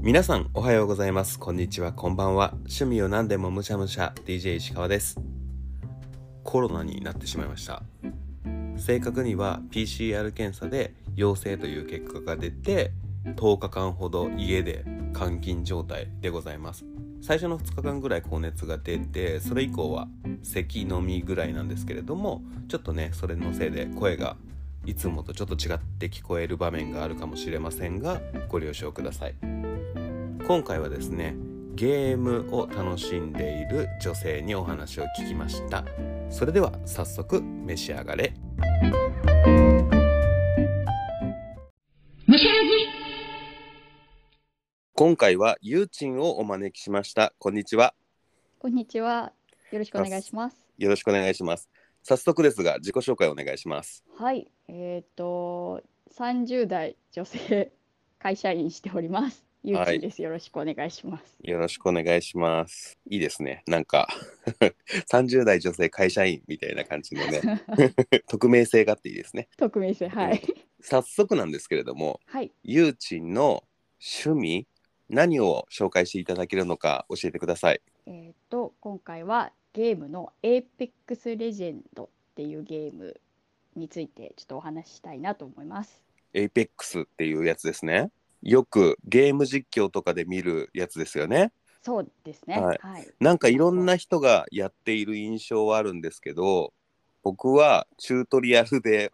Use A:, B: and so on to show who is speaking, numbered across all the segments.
A: 皆さんおはようございますこんにちはこんばんは趣味を何でもむしゃむしゃ DJ 石川ですコロナになってしまいました正確には PCR 検査で陽性という結果が出て10日間ほど家で監禁状態でございます最初の2日間ぐらい高熱が出てそれ以降は咳のみぐらいなんですけれどもちょっとねそれのせいで声がいつもとちょっと違って聞こえる場面があるかもしれませんがご了承ください今回はですねゲームを楽しんでいる女性にお話を聞きましたそれでは早速召し上がれ
B: むしゃらじ
A: 今回はゆうちんをお招きしましたこんにちは
C: こんにちは。よろしくお願いします。
A: よろしくお願いします早速ですが自己紹介お願いします
C: はい、えっ、と、三十代女性 会社員しております。ゆう
A: は
C: ち
A: い
C: んです、よろしくお願いします。
A: よろしくお願いしますいいですねなんか 30代女性会社員みたいな感じのね 匿名性があっていいですね
C: 匿名性、はい、
A: 早速なんですけれども
C: はい、
A: ゆうちんの趣味何を紹介していただけるのか教えてください。
C: えっ、と、今回はゲームのエーペックスレジェンドっていうゲームについて、ちょっとお話ししたいなと思います。
A: エイペックスっていうやつですね。よくゲーム実況とかで見るやつですよね。
C: そうですね。
A: は
C: はいい、
A: なんかいろんな人がやっている印象はあるんですけど、僕はチュートリアルで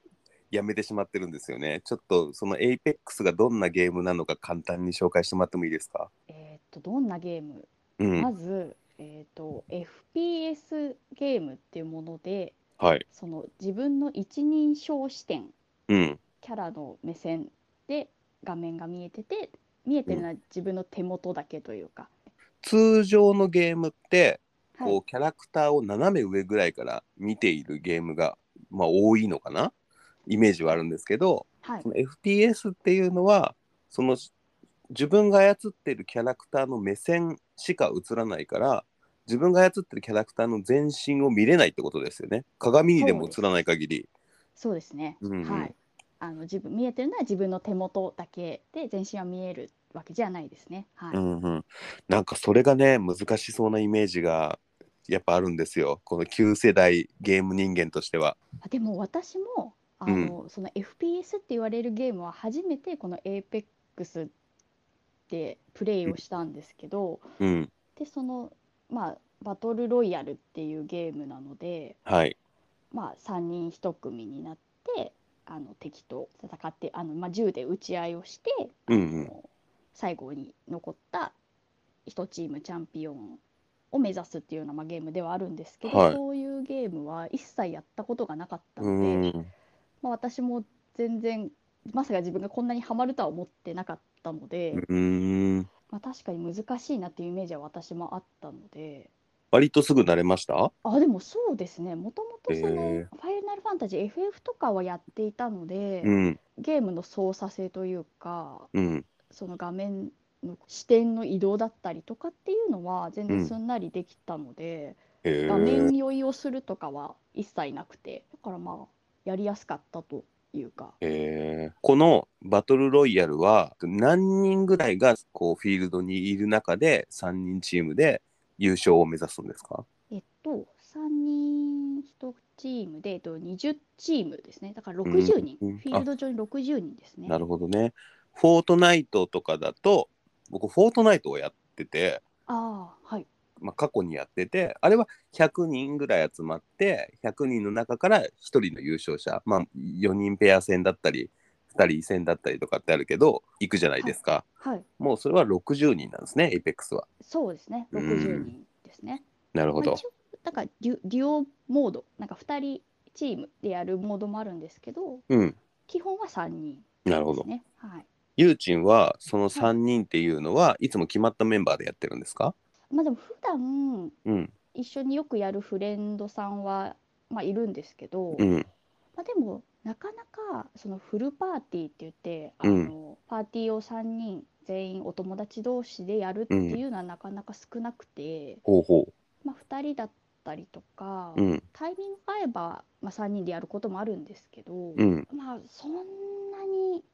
A: やめてしまってるんですよね。ちょっとそのエイペックスがどんなゲームなのか簡単に紹介してもらってもいいですか。
C: えっ、と、どんなゲーム、
A: うん。
C: まず、えっ、と、FPS ゲームっていうもので。
A: はい。
C: その自分の一人称視点
A: うん。
C: キャラの目線で画面が見えてて見えてるのは自分の手元だけというか、
A: 通常のゲームって
C: は
A: こ
C: いう
A: キャラクターを斜め上ぐらいから見ているゲームが、まあ、多いのかなイメージはあるんですけど
C: はい
A: その FPS っていうのはその自分が操ってるキャラクターの目線しか映らないから自分が操ってるキャラクターの全身を見れないってことですよね鏡にでも映らない限り
C: そうですね、
A: うんうん
C: はいあの自分見えてるのは自分の手元だけで全身は見えるわけじゃないですねはい、
A: うんうん、なんかそれがね難しそうなイメージがやっぱあるんですよこの旧世代ゲーム人間としては。
C: あでも私もあの、その FPS って言われるゲームは初めてこの APEX でプレイをしたんですけど、
A: うん、
C: でそのまあバトルロイヤルっていうゲームなので、
A: はい、
C: まあ、3人1組になってあの敵と戦ってあの、まあ、銃で撃ち合いをして、
A: うん
C: あの最後に残った1チームチャンピオンを目指すっていうような、まあ、ゲームではあるんですけど、
A: はい
C: そういうゲームは一切やったことがなかった
A: う
C: ので、
A: ん
C: まあ、私も全然まさか自分がこんなにハマるとは思ってなかったので、
A: うん
C: まあ、確かに難しいなっていうイメージは私もあったので。
A: 割とすぐ慣れました
C: あ、でもそうですね。もともとその、
A: へえ
C: ファイナルファンタジー FF とかはやっていたので、
A: うん
C: ゲームの操作性というか、
A: うん
C: その画面の視点の移動だったりとかっていうのは全
A: うん
C: 然すんなりできたので、
A: へ
C: 画
A: え
C: 面酔いをするとかは一切なくて、だからまあ、やりやすかったというか、
A: へえこのバトルロイヤルは何人ぐらいがこうフィールドにいる中で3人チームで優勝を目指すんですか
C: えっと、3人1チームで、えっと、20チームですね。だから
A: ん
C: 60人、
A: うん
C: フィールド上に60人ですね。
A: なるほどね。フォートナイトとかだと僕フォートナイトをやってて、
C: ああ、はい。
A: まあ、過去にやっててあれは100人ぐらい集まって100人の中から1人の優勝者、まあ、4人ペア戦だったり2人戦だったりとかってあるけど行くじゃないですか。
C: はい。
A: もうそれは60人なんですね、エイペックスは。
C: そうですね、
A: うん
C: 60人ですね。
A: なるほ
C: ま
A: ど
C: あ、一。応なんかデュデュオモード、なんか2人チームでやるモードもあるんですけど、
A: うん。
C: 基本は3人
A: なるほ
C: で
A: ど
C: す。ね。はい
A: ゆうちんは、その3人っていうのは、いつも決まったメンバーでやってるんですか
C: まあ、でも普段
A: うん。
C: 一緒によくやるフレンドさんは、まあ、いるんですけど、
A: うん。
C: まあ、でもなかなかそのフルパーティーって言ってあ
A: うん
C: のパーティーを3人全員お友達同士でやるっていうのはなかなか少なくて、
A: ほうほ
C: まあ、2人だったりとか、
A: う。うん。
C: タイミングが合えば、まあ、3人でやることもあるんですけど。
A: うん。
C: まあそんなに、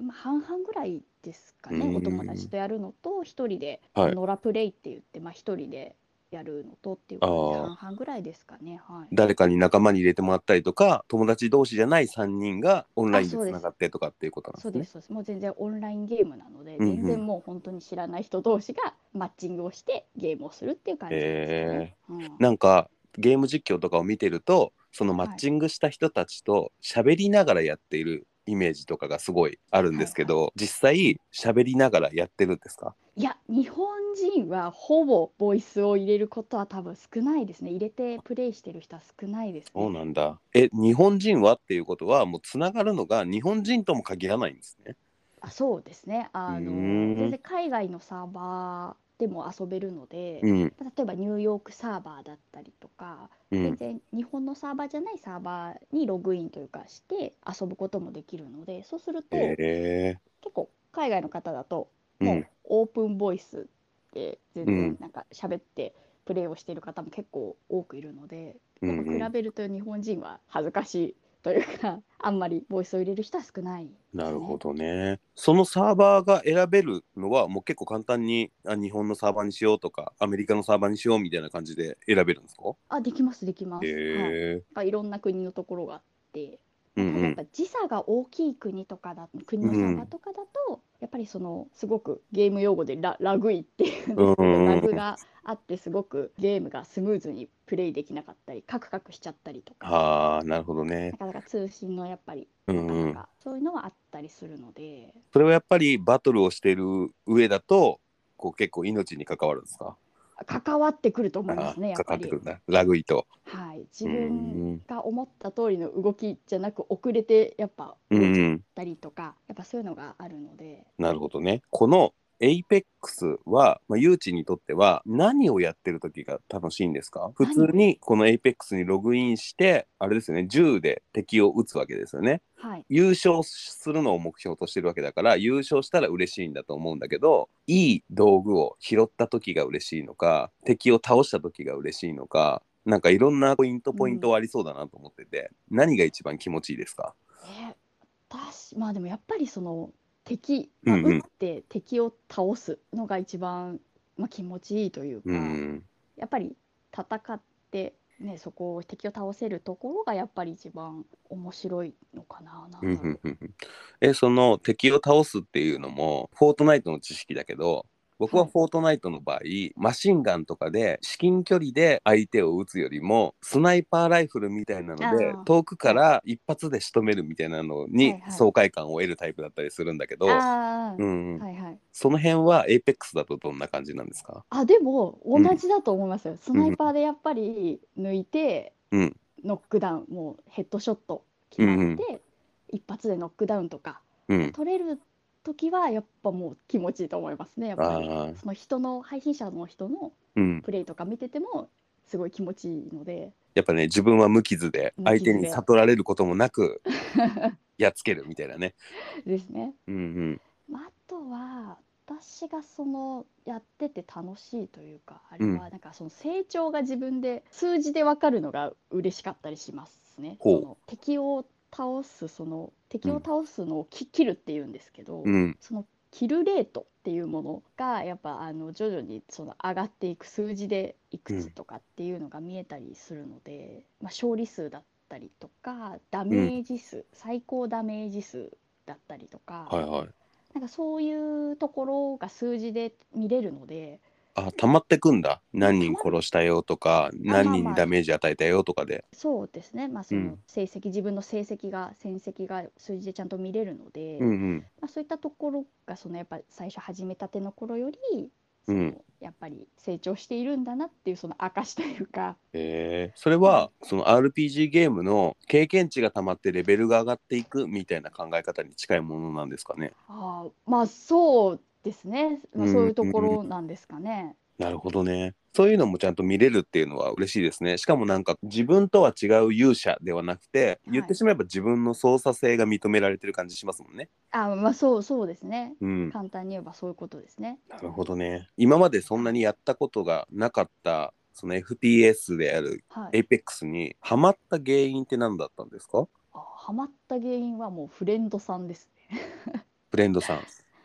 C: まあ、半々ぐらいですかね、
A: うん
C: お友達とやるのと一人で、
A: はい
C: ノラプレイって言って、まあ、一人でやるのとっていう感じで
A: あー
C: 半々ぐらいですかね。はい、
A: 誰かに仲間に入れてもらったりとか友達同士じゃない3人がオンラインで
C: あそう
A: つ
C: です
A: ながってとかっていうことなんで
C: そ
A: す
C: うで
A: ね。
C: すそうですもう全然オンラインゲームなので、
A: うんうん
C: 全然もう本当に知らない人同士がマッチングをしてゲームをするっていう感じですね。うん
A: なんかゲーム実況とかを見てるとそのマッチングした人たちと喋りながらやっているイメージとかがすごいあるんですけど、実際喋りながらやってるんですか
C: いや日本人はほぼボイスを入れることは多分少ないですね入れてプレイしてる人は少ないです
A: そう
C: ね。
A: なんだえ日本人はっていうことはもうつながるのが日本人とも限らないんですね。
C: あそうですねあの
A: うーん
C: 全然海外のサーバーでも遊べるので、
A: うん
C: まあ例えばニューヨークサーバーだったりとか、
A: う
C: 全
A: ん、
C: 然日本のサーバーじゃないサーバーにログインというかして遊ぶこともできるのでそうすると、
A: え
C: 結構海外の方だと
A: ーう
C: も
A: ん
C: う、オープンボイスで全
A: うん
C: 然なんか喋ってプレイをしている方も結構多くいるので、
A: うん
C: やっぱ比べると日本人は恥ずかしいというかあんまりボイスを入れる人は少ないですね
A: なるほどね。そのサーバーが選べるのはもう結構簡単にあ日本のサーバーにしようとかアメリカのサーバーにしようみたいな感じで選べるんですか
C: あできますできます、はいやっ
A: へえ。
C: ぱいろんな国のところがあって、
A: うんう
C: やっ
A: ん。
C: ぱ時差が大きい国とかだ国のサーバーとかだと、やっぱりそのすごくゲーム用語でラ ラグイっていうんですけど、
A: うんうんうん
C: ラグがあってすごくゲームがスムーズにプレイできなかったりカクカクしちゃったりとか
A: ああなるほどね
C: な。かなか通信のやっぱり、
A: うん
C: なか
A: う。
C: なんかそういうのはあったりするので、
A: それはやっぱりバトルをしている上だとこう結構命に関わるんですか
C: 関わってくると思いま
A: あ
C: すね、
A: ー
C: やっ
A: かか
C: ぱ
A: って
C: り
A: く。るんだラグイと。
C: はい、自
A: う
C: 分
A: ん
C: が思った通りの動きじゃなく、遅れてやっぱ
A: うんう
C: 動いちゃっ
A: ん。
C: たりとか、やっぱそういうのがあるので、
A: なるほどね。このエイペックスは、まあ、誘致にとっては何をやってる時が楽しいんですか普通にこのエイペックスにログインしてあれですよね銃で敵を撃つわけですよね
C: はい、
A: 優勝するのを目標としてるわけだから優勝したら嬉しいんだと思うんだけどいい道具を拾った時が嬉しいのか敵を倒した時が嬉しいのかなんかいろんなポイントポイントはありそうだなと思ってて、何が一番気持ちいいですか
C: え私、まあでもやっぱりその敵、まあ
A: うんうん
C: 撃って敵を倒すのが一番、まあ、気持ちいいというか、
A: うん
C: やっぱり戦って、ね、そこを敵を倒せるところがやっぱり一番面白いのかな、なんだ
A: うん
C: ろ
A: う
C: うん
A: うんうんえその敵を倒すっていうのもフォートナイトの知識だけど僕は
C: はい
A: フォートナイトの場合、マシンガンとかで至近距離で相手を撃つよりもスナイパーライフルみたいなので
C: あー
A: 遠くから一発で仕留めるみたいなの
C: は
A: に
C: いはい
A: 爽快感を得るタイプだったりするんだけど、
C: あ
A: う
C: ー
A: んうん
C: はいはい。
A: その辺はエイペックスだとどんな感じなんですか
C: あ、でも同じだと思いますよ。スナイパーでやっぱり抜いて、
A: うん
C: ノックダウン、もうヘッドショット決まって、一発でノックダウンとか
A: うん
C: 取れる時はやっぱもう気持ちいいと思いますね、やっぱり。
A: あー
C: その人の配信者の人の
A: うん、
C: プレイとか見ててもすごい気持ちいいので、
A: やっぱね自分は無傷で
C: 無
A: 相
C: 傷で
A: 手に悟られることもな くやっつけるみたいなね。
C: ですね。
A: うんうん
C: まあ、あとは私がそのやってて楽しいというかあれ
A: うん
C: はなんかその成長が自分で数字で分かるのが嬉しかったりしますね。
A: ほう
C: その敵を倒すその敵
A: う
C: を
A: ん
C: 倒すのをき切るっていうんですけど、
A: うん
C: そのキルレートっていうものがやっぱあの徐々にその上がっていく数字でいくつとかっていうのが見えたりするので、まあ、勝利数だったりとかダメージ数、最高ダメージ数だったりとか。
A: はいはい。
C: なんかそういうところが数字で見れるので、
A: あ、溜まってくんだ。何人殺したよとか、
C: まあ
A: 何人ダメージ与えたよとかで。
C: そうですね、まあ、そうの
A: ん
C: 成績、自分の成績が、戦績が数字でちゃんと見れるので、
A: うんうん。
C: まあ、そういったところが、そのやっぱ最初始めたての頃より、そ
A: うん
C: のやっぱり成長しているんだなっていう、その証というか、
A: へえ。それは、その RPG ゲームの経験値が溜まってレベルが上がっていくみたいな考え方に近いものなんですかね。
C: あーまあそうですね、まあ、
A: うん
C: そういうところなんですかね。
A: なるほどね。そういうのもちゃんと見れるっていうのは嬉しいですね。しかもなんか自分とは違う勇者ではなくて、
C: はい
A: 言ってしまえば自分の操作性が認められてる感じしますもんね。
C: あーまあそうそうですね、
A: うん。
C: 簡単に言えばそういうことですね。
A: なるほどね。今までそんなにやったことがなかった、その FPS である
C: は
A: エ
C: い、
A: イペックスにハマった原因って何だったんですか
C: あーハマった原因はもうフレンドさんですね。
A: フレンドさん。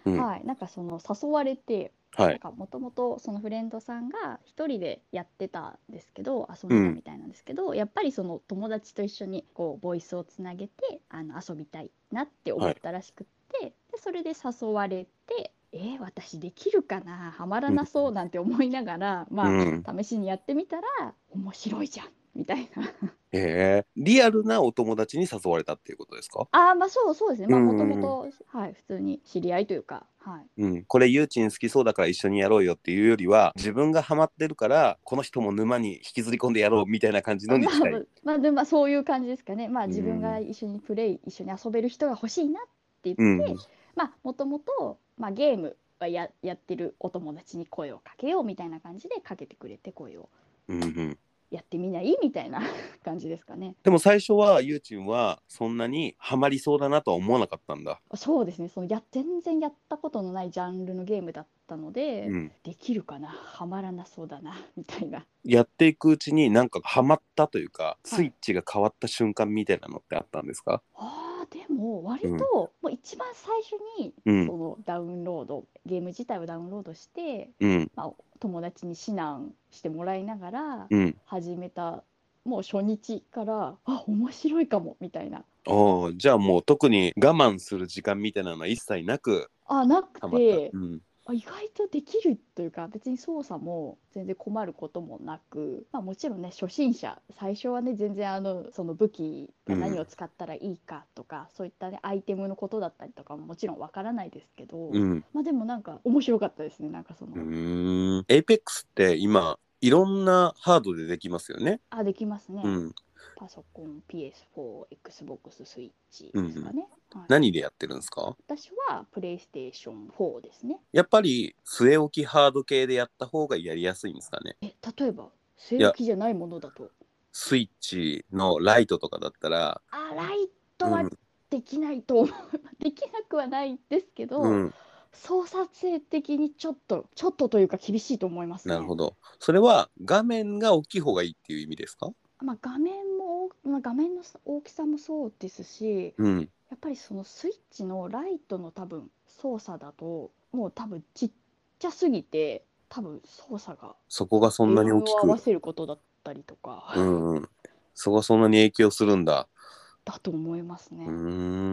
A: うん、はい。
C: はい、なんかその誘われて、なんかもともとそのフレンドさんが一人でやってたんですけど遊んでたみたいなんですけど、やっぱりその友達と一緒にこうボイスをつなげてあの遊びたいなって思ったらしくって、でそれで誘われてえー、私できるかなハマらなそうなんて思いながら、まあ、
A: うん
C: 試しにやってみたら面白いじゃんみたいな
A: ええリアルなお友達に誘われたっていうことですか。
C: ああまあそうそうですねまあ
A: うん
C: もともとはい普通に知り合いというかはい
A: うん、これゆうちん好きそうだから一緒にやろうよっていうよりは、自分がハマってるから、この人も沼に引きずり込んでやろうみたいな感じのに
C: ま あ
A: したい。
C: まあでもまあそういう感じですかねまあ自
A: うん
C: 分が一緒にプレイ一緒に遊べる人が欲しいなって言って、
A: うん、
C: まあもともとまあゲームはややってるお友達に声をかけようみたいな感じでかけてくれて声を
A: うん、うん。
C: やってみないみたいな感じですかね
A: でも最初はゆうちんはそんなにハマりそうだなとは思わなかったんだ。
C: そうですねそのや全然やったことのないジャンルのゲームだったので、
A: うん。
C: できるかなハマらなそうだなみたいな
A: やっていくうちになんかハマったというか、スイッチが変わった瞬間みたいなのってあったんですか。
C: あーでも割と、
A: うん
C: もう一番最初に
A: うん
C: そのダウンロード、ゲーム自体をダウンロードして、
A: うん、
C: まあ、友達に指南してもらいながら
A: うん。
C: 始めた、もう初日からあ面白いかもみたいな
A: ああ、じゃあもう特に我慢する時間みたいなのは一切なく
C: あなく
A: ハマった
C: て。、
A: うん。
C: あ意外とできるというか別に操作も全然困ることもなく、まあ、もちろんね初心者最初はね全然あのその武器が何を使ったらいいかとか、そういったねアイテムのことだったりとかももちろんわからないですけど、
A: うん。
C: まあでもなんか面白かったですねなんかその、
A: うーん。エイペックスって今いろんなハードでできますよね。
C: あできますね、
A: うん。
C: パソコン PS4XBOX スイッチですかね、はい
A: 何でやってるんですか。
C: 私はプレイステーション4ですね
A: やっぱり据え置きハード系でやった方がやりやすいんですかね。
C: え例えば据え置きじゃないものだと
A: スイッチのライトとかだったら、
C: あライトはできないと思う、 できなくはないですけど、
A: うん、
C: 操作性的にちょっとちょっとというか厳しいと思いますね。
A: なるほど。それは画面が大きい方がいいっていう意味ですか。
C: まあ、画面も、まあ、画面の大きさもそうですし
A: うん。
C: やっぱりそのスイッチのライトの多分操作だともう多分ちっちゃすぎて多分操作が
A: そこがそんなに大き
C: レベルを合わ
A: く。
C: せることだったりとか、
A: うん、うん。そこがそんなに影響するんだ。
C: だと思いますね。
A: うー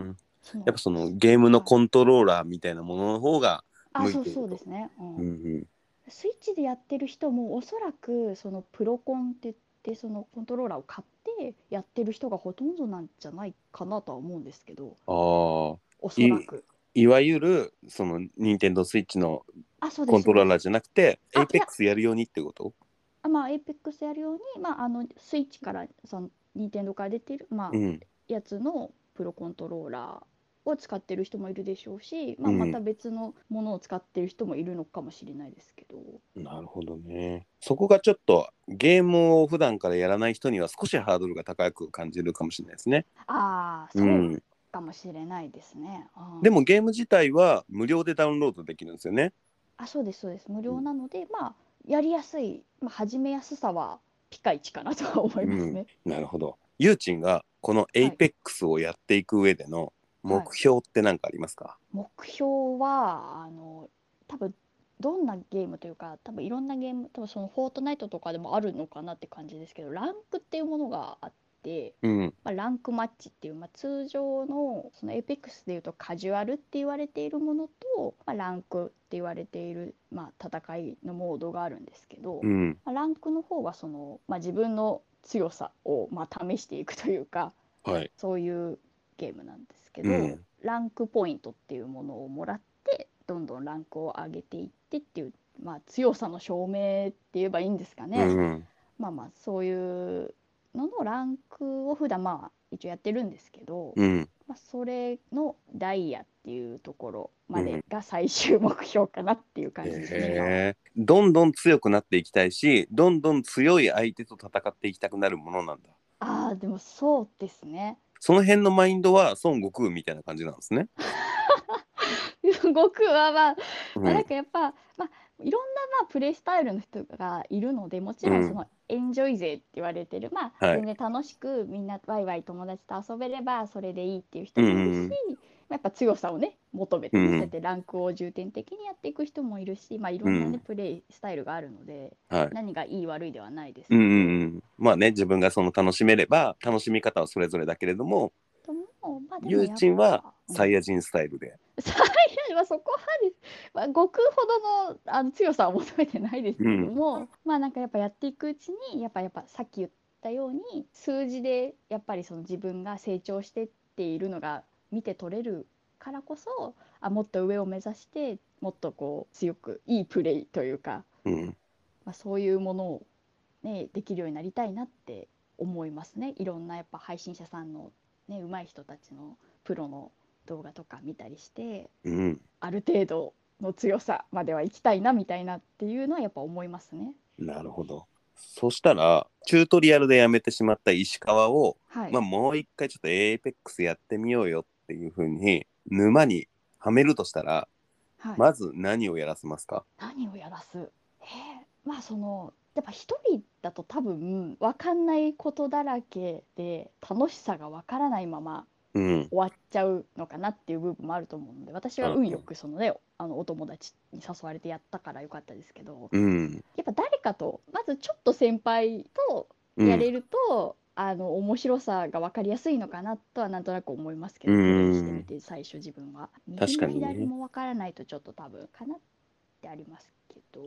A: ん。
C: その
A: やっぱそのゲームのコントローラーみたいなものの方が。
C: あそ
A: 向
C: う
A: いてると
C: そうですね。うん
A: うんうん。
C: スイッチでやってる人もおそらくそのプロコンって言ってそのコントローラーを買ってやってる人がほとんどなんじゃないかなとは思うんですけど
A: ああ。
C: おそらく
A: いわゆるその任天堂スイッチの
C: あそうです
A: コントローラー
C: そうです
A: じゃなくて、
C: あ
A: エイペックスやるようにってこと
C: あまあエイペックスやるように、まあ、あのスイッチからその任天堂から出てる、まあ
A: う、ん。
C: やつのプロコントローラーを使ってる人もいるでしょうし、まあ、
A: うん
C: また別のものを使ってる人もいるのかもしれないですけど、
A: なるほどね。そこがちょっとゲームを普段からやらない人には少しハードルが高く感じるかもしれないですね。。
C: ああそううんかもしれないですね。あー
A: でもゲーム自体は無料でダウンロードできるんですよね。
C: あ、そうです、そうです。無料なので、まあ、やりやすい、まあ、始めやすさはピカイチかなとは思いますね。
A: なるほど。ゆうちんがこのエイペックスをやっていく上での目標って何かありますか、
C: 目標は、あの、多分どんなゲームというか、多分いろんなゲーム、多分そのフォートナイトとかでもあるのかなって感じですけど、ランクっていうものがあって、
A: うん。
C: まあ、ランクマッチっていう、まあ、通常のそのエイペックスでいうとカジュアルって言われているものと、まあ、ランクって言われている、まあ、戦いのモードがあるんですけど、
A: うん。
C: まあランクの方はその、まあ、自分の強さをまあ試していくというか
A: はい。
C: そういうゲームなんですけど、
A: うん
C: ランクポイントっていうものをもらってどんどんランクを上げていってっていう、まあ、強さの証明って言えばいいんですかね、
A: うん。
C: まあまあそういうののランクを普段まあ一応やってるんですけど、
A: うん。
C: まあ、それのダイヤっていうところま
A: う
C: で
A: ん
C: が最終目標かなっていう感じですね。今は
A: へえどんどん強くなっていきたいしどんどん強い相手と戦っていきたくなるものなんだ
C: ああでもそうですね。
A: その辺のマインドは孫悟空みたいな感じなんですね。
C: 悟空はまあ
A: うん
C: まあなんかやっぱ、まあ、いろんなまあプレイスタイルの人がいるのでもちろ
A: うん
C: んそのエンジョイ勢って言われてる、まあ
A: はい
C: 全然楽しくみんなワイワイ友達と遊べればそれでいいっていう人もいるし、
A: うんうんうん
C: やっぱ強さをね求めて、
A: うん
C: そうやってランクを重点的にやっていく人もいるし、まあ、いろんな、
A: うん
C: ね、プレイスタイルがあるので
A: はい。
C: 何がいい悪いではないですけ
A: う
C: ど、
A: んうんうん。まあね、自分がその楽しめれば、楽しみ方はそれぞれだけれども、
C: ともまあ、でも
A: ユーチン
C: やっ
A: は
C: ぱ
A: サイヤ人スタイルで。
C: サイヤ人はそこはです、まあ、悟空ほどのあの強さは求めてないですけども、まあなんかやっぱやっていくうちにやっぱやっぱさっき言ったように数字でやっぱりその自分が成長してっているのが見て取れるからこそあもっと上を目指してもっとこう強くいいプレイというか、
A: うん。
C: まあ、そういうものを、ね、できるようになりたいなって思いますねいろんなやっぱ配信者さんの、ね、上手い人たちのプロの動画とか見たりして。
A: うん。
C: ある程度の強さまでは行きたいなみたいなっていうのはやっぱ思いますね。
A: なるほど。そしたら、チュートリアルでやめてしまった石川を、
C: はい、
A: まあ、もう一回ちょっとエーペックスやってみようよっていうふうに沼にはめるとしたら、
C: はい
A: まず何をやらせますか、
C: 何をやらすえーまあそのやっぱ一人だと多分分かんないことだらけで楽しさが分からないまま
A: うん
C: 終わっちゃうのかなっていう部分もあると思うので私
A: う
C: は
A: んうん
C: 運よくそのねあのお友達に誘われてやったからよかったですけど
A: うん
C: やっぱ誰かとまずちょっと先輩と
A: うん、
C: やれると、あの面白さが分かりやすいのかなとはなんとなく思いますけど、
A: うん
C: プレイしてみて最初自分は
A: 確かに
C: 右
A: ね
C: も左も分からないとちょっと多分かなってありますけど、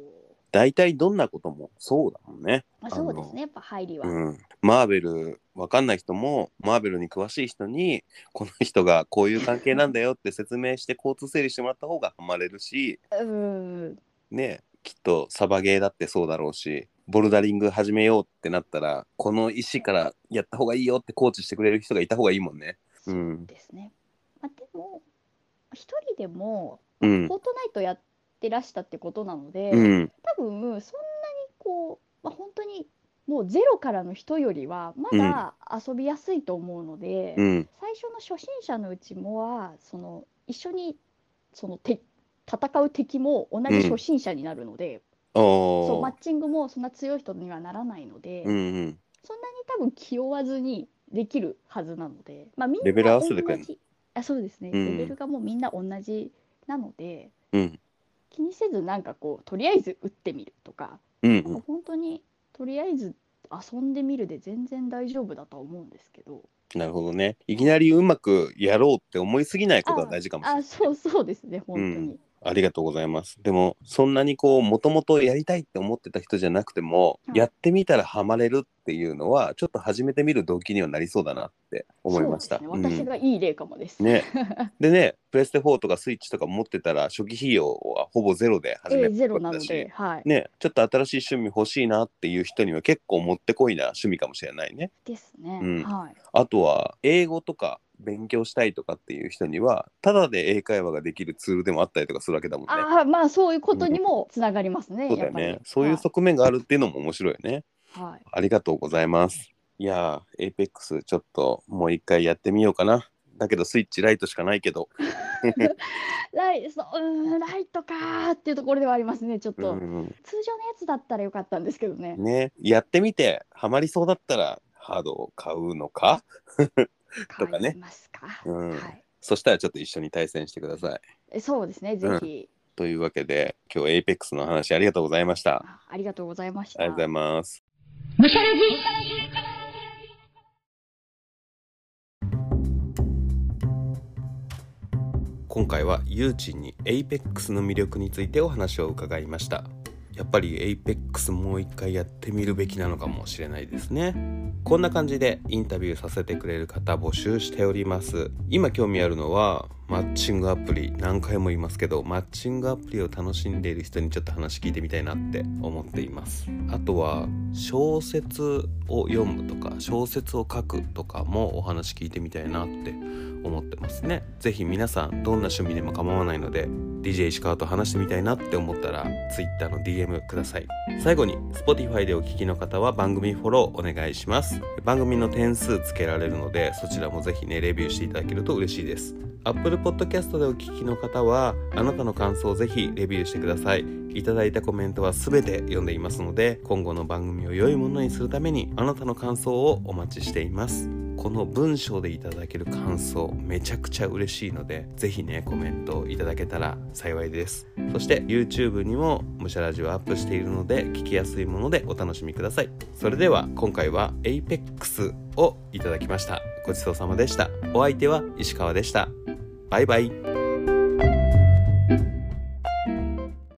A: 大体どんなこともそうだもんね。
C: まあ、
A: あの
C: そうですねやっぱ入りは、
A: うん、マーベルわかんない人もマーベルに詳しい人にこの人がこういう関係なんだよって説明して交通整理してもらった方がハマれるし
C: うん
A: ねきっとサバゲーだってそうだろうしボルダリング始めようってなったらこの石からやった方がいいよってコーチしてくれる人がいた方がいいもんね。うん
C: ですね、まあ、でも一人でも
A: うん
C: フォートナイトやってらしたってことなので、
A: うん
C: 多分そんなにこう、まあ、本当にもうゼロからの人よりはまだ遊びやすいと思うので。
A: うん
C: 最初の初心者のうちもはその一緒にそのて戦う敵も同じ初心者になるので、そう
A: お
C: マッ
A: ー
C: チングもそんな強い人にはならないので、
A: うんうん
C: そんなに多分気負わずにできるはずなので、まあ、みんな
A: レベル合わせてくれ
C: 同
A: る
C: じあそうですね、
A: うん
C: レベルがもうみんな同じなので
A: うん
C: 気にせずなんかこうとりあえず打ってみるとか、
A: うん
C: なんか本当にとりあえず遊んでみるで全然大丈夫だとは思うんですけど。
A: なるほどねいきなりうまくやろうって思いすぎないことが大事かもしれな
C: あ
A: い。
C: そうそうですね本当に、
A: うんありがとうございます。でもそんなにこうもともとやりたいって思ってた人じゃなくても、
C: はい
A: やってみたらハマれるっていうのはちょっと始めてみる動機にはなりそうだなって思いました。
C: そうですね、私が
A: うん
C: いい例かもです。
A: ね でねプレステ4とかスイッチとか持ってたら初期費用はほぼゼロで始め
C: え
A: る
C: ゼロ
A: こと
C: なの
A: だし、
C: で、はい。
A: ねちょっと新しい趣味欲しいなっていう人には結構もってこいな趣味かもしれないね。
C: ですね、
A: うん
C: はい。
A: あとは英語とか勉強したいとかっていう人にはただで英会話ができるツールでもあったりとかするわけだもんね。
C: ああ、まあそういうことにもつながりますね。
A: そうだよ
C: やっ
A: ね
C: ぱり。
A: そういう側面があるっていうのも面白いよね。
C: はい。はい
A: ありがとうございます。いやー、エイペックスちょっともう一回やってみようかな。だけどスイッチライトしかないけど。
C: ライそううーんライトかーっていうところではありますね、ちょっ
A: う
C: と。
A: ん、
C: 通常のやつだったらよかったんですけどね。
A: ね、やってみてハマりそうだったらハードを買うのか。とかね
C: 買いますか。
A: うん
C: はい
A: そしたらちょっと一緒に対戦してください。
C: え。そうですね、ぜひ、
A: というわけで今日エイペックスの話ありがとうございました。あ
C: あありがとうございまし
A: りがとうございます。
B: むしゃらじ
A: 今回はユーチンに APEX の魅力についてお話を伺いましたやっぱり APEX もう一回やってみるべきなのかもしれないですねこんな感じでインタビューさせてくれる方募集しております今興味あるのはマッチングアプリ何回も言いますけどマッチングアプリを楽しんでいる人にちょっと話聞いてみたいなって思っていますあとは小説を読むとか小説を書くとかもお話聞いてみたいなって思ってますねぜひ皆さんどんな趣味でも構わないので DJ 石川と話してみたいなって思ったら Twitter の DM ください最後に Spotify でお聞きの方は番組フォローお願いします番組の点数つけられるのでそちらもぜひねレビューしていただけると嬉しいです Apple Podcast でお聞きの方はあなたの感想をぜひレビューしてくださいいただいたコメントは全て読んでいますので今後の番組を良いものにするためにあなたの感想をお待ちしていますこの文章でいただける感想めちゃくちゃ嬉しいのでぜひねコメントいただけたら幸いですそして YouTube にもむしゃラジオアップしているので聞きやすいものでお楽しみくださいそれでは今回は APEX をいただきましたごちそうさまでしたお相手は石川でしたバイバイ